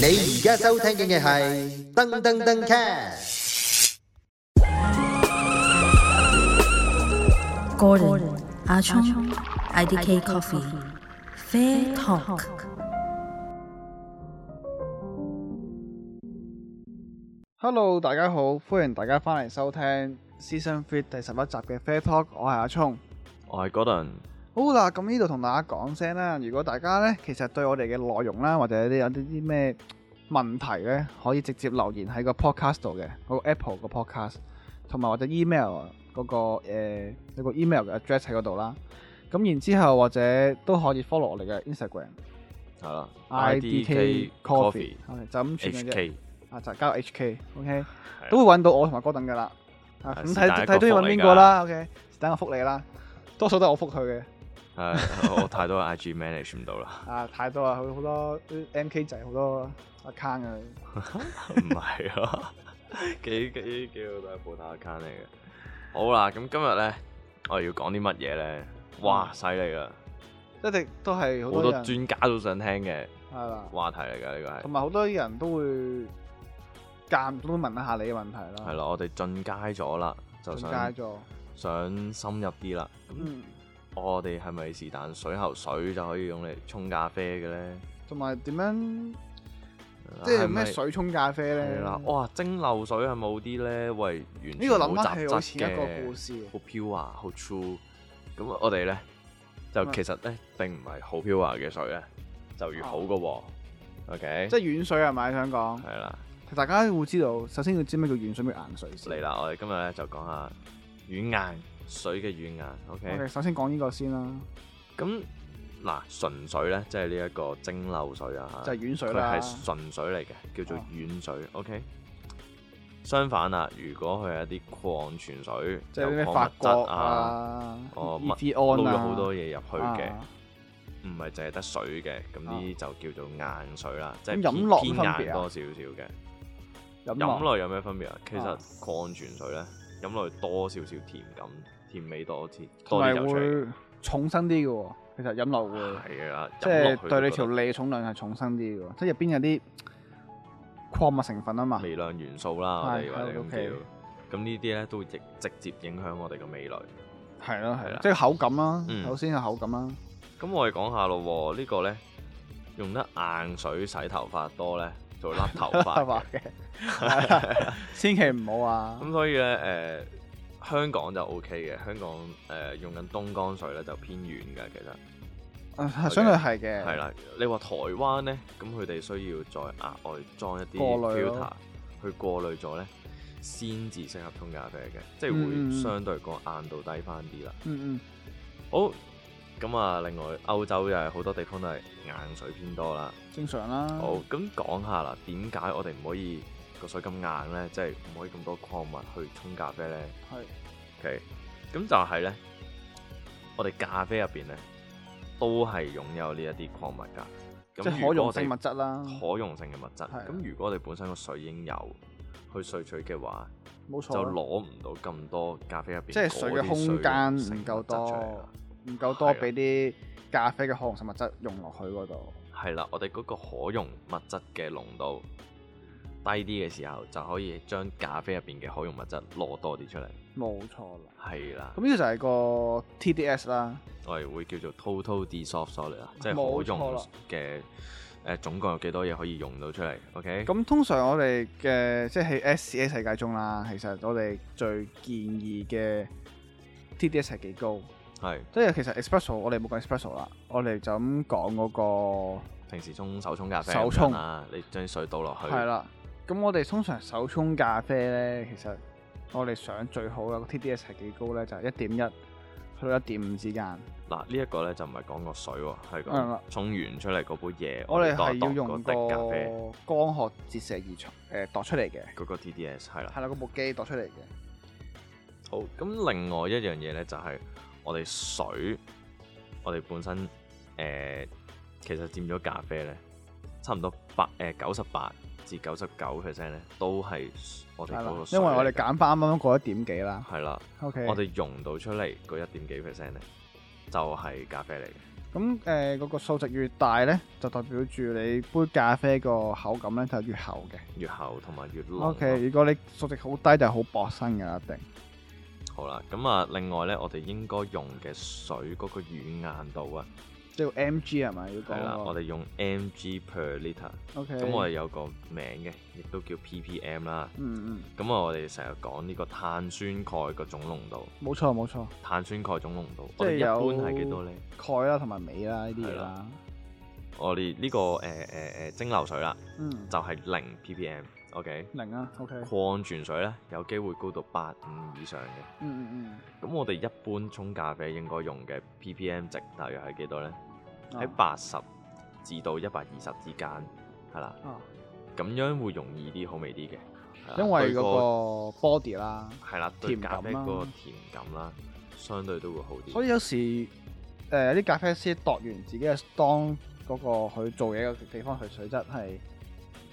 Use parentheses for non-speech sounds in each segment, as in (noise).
你而家收聽嘅係噔噔噔 cast。 Gordon 阿聰 IDK Coffee Fair Talk。 Hello，大家好，歡迎大家翻嚟收聽 Season Three 第十一集嘅 Fair Talk，我係阿聰。我係 Gordon，好啦，咁呢度同大家講聲啦，如果大家呢，其實對我哋嘅內容啦，或者有啲啲咩問題呢，可以直接留言喺個 podcast 度嘅，嗰個 Apple 個 podcast，同埋或者 email 啊嗰個誒有個 email 嘅 address 喺嗰度啦。咁然之後或者都可以 follow 我哋嘅 Instagram 係啦 IDK Coffee，係就咁串嘅啫。 HK 啊，就交 HK，OK，啊都會揾到我同埋哥頓噶啦。啊，係咁睇是但一個睇都要揾福利邊㗎個啦，OK，是但我覆你啦，多數都係我覆佢嘅。係我太多 IG manage 唔到啦，啊，太多啦，佢好多啲 MK 仔好多 account 啊嘅。唔係啊， (laughs) 幾幾幾好都係半打 account 嚟嘅。好啦，咁今日咧，我哋要講啲乜嘢咧？哇，犀利啊！一直都係好嗯好多多人專家都想聽嘅係啦，話題嚟㗎，呢個同係埋好多人都會間唔中都問一下你嘅問題啦。係啦，我哋進階咗啦，就進想階咗，想深入啲啦。咁嗯，我哋係咪是但水喉水就可以用嚟沖咖啡嘅咧？同埋點樣即係啊係咪咩水沖咖啡咧？係啦，哦哇！蒸餾水係冇啲咧，喂，完嗯呢全個冇諗雜翻係好質似一個故嘅，事。好 pure 啊，好 true。咁我哋咧就嗯其實咧並唔係好 pure 嘅水咧，就越好嘅喎。OK，哦即係軟水啊係咪想講？係啦，大家會知道，首先要知咩叫軟水，咩叫硬水先。嚟！啦，我哋今日咧就講下軟硬水嘅軟硬。我 OK，哋首先講呢個先啦，咁嗱純水咧，即係呢一個蒸餾水啊，就係軟水佢啦。係純水嚟嘅，叫做哦軟水。OK。相反啦，如果佢係一啲礦泉水，即係啲咩有礦物法國質啊、哦物 e 撈 v 咗啊，好多嘢入去嘅，啊唔係淨係得水嘅，咁呢啲就叫做硬水啦，即係咁偏飲落有偏分別硬啊多少少嘅。飲飲落落有咩分別啊？其啊實礦泉水咧，飲落去多少少甜感，甜味多啲，同多啲埋就出嚟。會重身啲嘅喎。其實飲落會，係啊，即飲落係去對你都條覺得脷嘅重量係重身啲嘅喎，即係入邊有啲礦物成分啊嘛。微量元素啦，我係哋或者係咁 OK 叫。咁呢啲咧都直直接影響我哋嘅味蕾。係咯係係咯啦，即係口感啦，嗯首先係口感啦。咁我哋講下咯喎，呢個咧用得硬水洗頭髮多咧，就會甩頭髮 (laughs) 係嘅嘛。 (laughs) 嘅，千祈唔好啊。咁所以咧，誒、香港就 O K 嘅，香港誒、用緊東江水咧就偏軟嘅，其實啊係相對係嘅，係啦。你話台灣咧，咁佢哋需要再額外裝一啲過濾咯 filter 去過濾咗咧，先至適合沖咖啡嘅，即係嗯會相對個硬度低翻啲啦。嗯嗯，好，咁啊，另外歐洲又係好多地方都係硬水偏多啦。正常啦。好，咁講下啦，點解我哋唔可以個水咁硬咧？即係唔可以咁多礦物去沖咖啡咧？係。 OK，咁就係咧，我哋咖啡入邊咧都係擁有呢一啲礦物㗎，咁即係可溶性物質啦，如果我哋可溶性嘅物質。係啊咁如果我哋本身個水已經有去萃取嘅話，冇錯就啦。攞唔到咁多咖啡入邊即係水嘅空間唔夠多，唔夠多係啊俾啲咖啡嘅可溶性物質用落去嗰度。係啦，我哋嗰個可溶物質嘅濃度低啲嘅時候，就可以將咖啡入邊嘅可溶物質攞多啲出嚟。冇錯啦。係啦，咁呢個就係個 TDS 啦，我哋會叫做 total dissolved solid 啦，即係冇可錯用啦嘅誒、呃、總共有幾多嘢可以用到出嚟？OK，咁通常我哋嘅即係喺 SCA 世界中啦，其實我哋最建議嘅 TDS 係幾高？係即係其實 espresso 我哋冇講 espresso 啦，我哋就咁講嗰平時沖手沖咖啡手咁樣沖啦，你將啲水倒落個去，係啦。咁我哋通常手沖咖啡呢，其實我哋想最好嘅 TDS 係幾高呢？就係一點一去到一點五之間。嗱呢一個咧就唔係講個水喎，係係啦講沖完出嚟嗰杯嘢，我哋度係一要度用個嗰滴咖啡光學折射儀出誒度出嚟嘅，嗰個 TDS 係啦。係啦，嗰部機度出嚟嘅，好，咁另外一樣嘢咧就係、我哋水，我哋本身誒、呃其實佔咗咖啡咧，差唔多八誒九十八至九十九 percent 咧，都係我哋係嗰啦個，水因為我哋嚟㗎減翻啱啱嗰一點幾啦係啦， ，OK，我哋溶到出嚟嗰一點幾 percent 咧，就係、咖啡嚟嘅。咁誒嗰個數值越大咧，就代表住你杯咖啡個口感咧就越厚嘅。越厚同埋越濃咯。 O.K. 如果你數值好低就係好薄身㗎啦，一定。好啦，咁啊，另外咧，我哋應該用嘅水嗰個軟硬度啊，即係 M.G. 係咪要係啦，我講哋用 mg per liter， ？O.K. 咁我哋有個名嘅，亦都叫 ppm 啦。嗯咁啊，我哋成日講呢個碳酸鈣個總濃度，嗯，冇錯冇錯，碳酸鈣總濃度，即我哋係一有般係幾多咧？鈣啦同埋鎂啦呢啲嘢啦。我哋呢、個誒誒誒蒸餾水啦，嗯，就係零 ppm。OK，零啊。O.K. 礦泉水咧有機會高到八五以上嘅。嗯嗯咁我哋一般沖咖啡應該用嘅 ppm 值大約係幾多咧？嗯。喺八十至到一百二十之間，係啦，啊，咁樣會容易啲，好味啲嘅。係啦因為對個嗰個 body 啦，係啦，對甜咖感啡啦嗰個甜感啦，相對都會好啲。所以有時誒有啲咖啡師度完自己嘅當嗰個佢做嘢嘅地方，佢水質係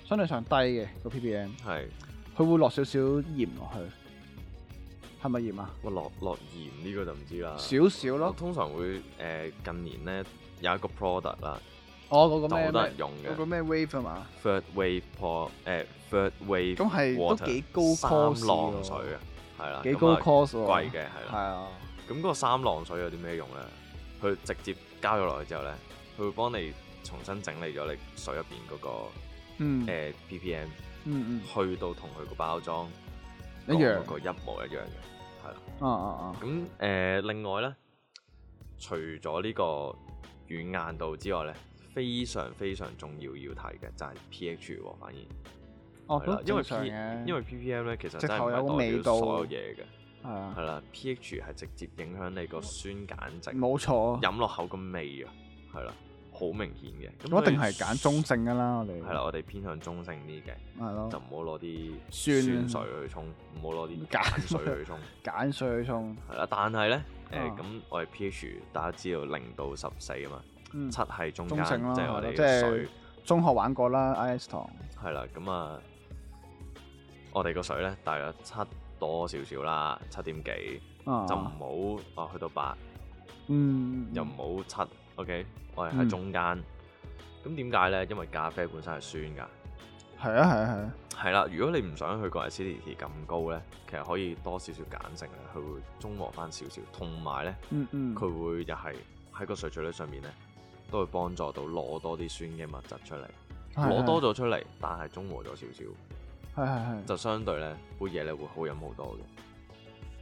相對上低嘅個 ppm，係，佢會落少少鹽落去，係咪鹽啊？我落落鹽呢個就唔知啦。少少我咯，通常會誒、呃近年咧有一個 product 啦，我哦嗰個就咩好多咩人用嗰個嘅咩 wave 啊嘛， third wave pro 誒、third wave，咁係都 water，幾高三 cost 浪喎水啊，係啦，幾高咁啊 cost 貴喎，嘅係係啦。啊，咁嗰個三浪水有啲咩用咧？佢直接加咗落去之後咧，佢會幫你重新整理咗你水入邊嗰個嗯嗯呃 ppm，嗯，去到同佢個包裝一樣講嗰個一模一樣嘅，係啦。啊啊啊，咁誒、呃另外咧，除咗呢個軟硬度之外咧，非常非常重要要睇嘅就係 pH 喎，反而哦係啦都，因正為常 P 嘅，因為 ppm 咧其實直真係頭有唔個係代味表道所有嘢嘅，係啊係，啦，pH 係直接影響你個酸鹼值。冇啊錯，飲落口個味啊，係啦，好明顯嘅。咁一定所係以揀中性噶啦，我哋係啦，，我哋偏向中性啲嘅，係咯就。唔好攞啲酸啊酸水去沖，唔好攞啲鹼水去沖， (laughs) 碱水沖，係啦。但係咧，啊誒咁我哋 pH 大家知道零到十四啊嘛，嗯七，係中間，中性啦即係我哋係啦即係水中學玩過啦，IS 堂，係啦。咁啊，我哋個水咧大約七多少少啦，七點幾啊就唔好啊去到八。嗯，又唔好七，OK，我哋喺中間。咁點解呢？因為咖啡本身係酸㗎。係啊係啊係啊，係啦，如果你唔想佢個 acidity 咁高呢，其實可以多少少鹼性咧，佢會中和翻少少，同埋呢，嗯嗯，佢會又係喺個萃取率上面呢，都會幫助到攞多啲酸嘅物質出嚟，攞多咗出嚟，但係中和咗少少，係係係就相對呢杯嘢你會好飲好多嘅。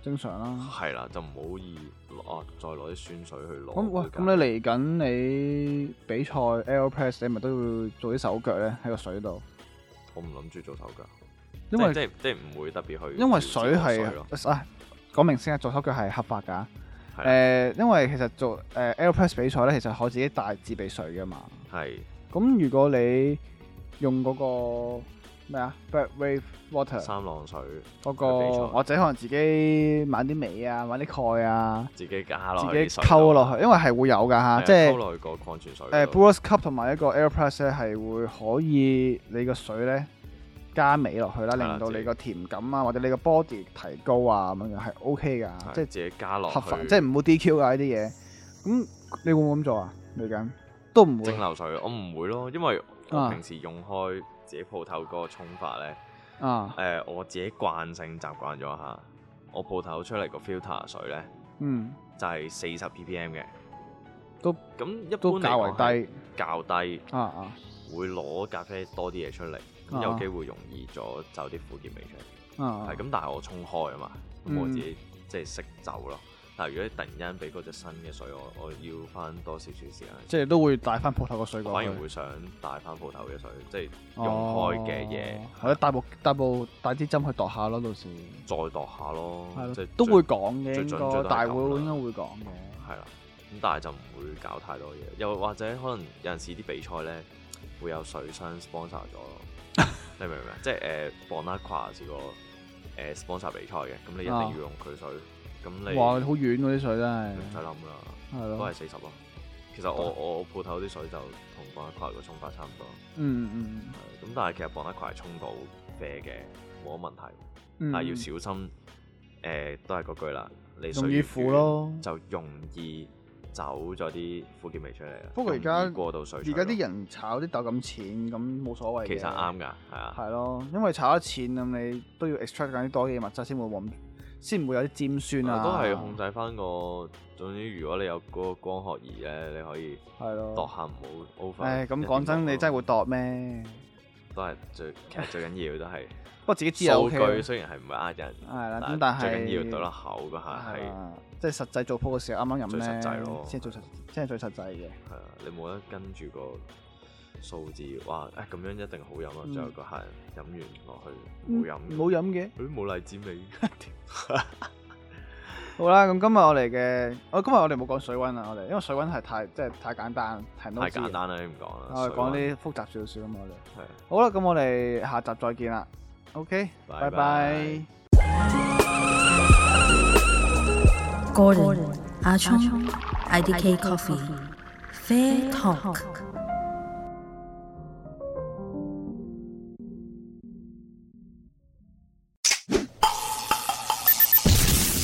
正常啦。係啦，就唔好易攞再攞啲酸水去攞。咁喂，咁你嚟緊你比賽 Air Press，你咪都要做啲手腳咧喺個水度，我唔諗住做手㗎。因即為係即係唔會特別去，因為水咯，係啊，講明先啊，做手腳係合法㗎。係啦誒，因為其實做誒 Air Press 比賽咧，其實可以自己帶自備水㗎嘛。係咁如果你用嗰個咩啊 Black Wave Water。三浪水嗰去比賽個或者可能自己買啲尾啊，買啲蓋啊，自己加自落去己啲水度，溝落去，因為係會有㗎係啊，吓，即係溝落去個礦泉水誒嗰 b 度， r u s Cup 同埋一個 Air Press 咧係會可以你個水咧加尾落去啦，係啦令到自己你個甜感啊或者你個 body 提高啊咁樣樣係 OK 㗎，係即係自己加落合法，去，即係唔會 DQ 㗎啊呢啲嘢。咁你會唔會咁做啊？嚟緊都唔會蒸餾水，我唔會咯，因為我啊平時用開自己鋪頭嗰個沖法咧，啊，誒我自己慣性習慣咗一下，我鋪頭出嚟個 filter 水咧嗯，就係四十 ppm 嘅，都咁一般都嚟較為講係低較低，啊啊，會攞咖啡多啲嘢出嚟，咁啊有機會容易咗走啲苦澀味出嚟。啊係咁，但係我沖開啊嘛，咁我嗯自己即係識走咯。但係如果突然間俾嗰隻新嘅水我，我要翻多少少時間，即係都會帶翻鋪頭個水我過反去而。會想帶翻鋪頭嘅水，即係用開嘅嘢哦或者帶部帶部帶支針去度下咯，到時再度下咯係，哦即咯係，都會最講嘅最應最最該，大大球會啦應該會講嘅。係啦。咁但係就唔會搞太多嘢，又或者可能有陣時啲比賽咧會有水商 sponsor 咗咯， (laughs) 你明唔明啊？即係誒 Bonacqua 試過誒 sponsor 比賽嘅，咁你一定啊要用佢水，咁你哇，好唔遠嗰啲水真係，使諗啦。係都咯係，四十咯。其實我我鋪頭啲水就同磅一塊個沖法差唔多，嗯嗯係咁但係其實磅一塊係沖到啡嘅，冇乜問題，嗯，但啊係要呃小心。誒、都係嗰句啦，你容水易越苦軟咯就容易走咗啲苦澀味出嚟啦。不過而家容易過到水，而家啲人炒啲豆咁淺，咁冇所謂嘅其實啱㗎，係啊，係咯，因為炒得淺咁，你都要 extract 緊啲多嘅物質先會冇咁，先唔會有啲尖酸啊。都係控制翻個。總之，如果你有嗰個光學儀咧，你可以係度咯。下唔好 over。唉，咁講真，你真係會度咩？都係最其實最緊要都係不過自己知就數 OK 啦。據，雖然係唔會呃人，係啦，咁但係最緊要到得口嗰下係係啦即係實際做鋪嘅時候啱啱飲最實際咧咯，先係最實，先係最實際嘅。係啊，你冇得跟住個數字，哇！誒咁樣一定好飲啊！嗯最後個客人飲完落去冇飲，冇飲嘅。佢都冇 (laughs) 荔枝味，好啦，咁今日我哋嘅，我今日我哋冇講水温啊，我哋因為水温係太即係太簡單，太太簡單啦！你唔講啦，我哋水講温啲複雜少少咁我哋。係好啦，咁我哋下集再見啦。OK，拜拜拜拜。 Gordon, Ah Chong, IDK Coffee, Fair Talk.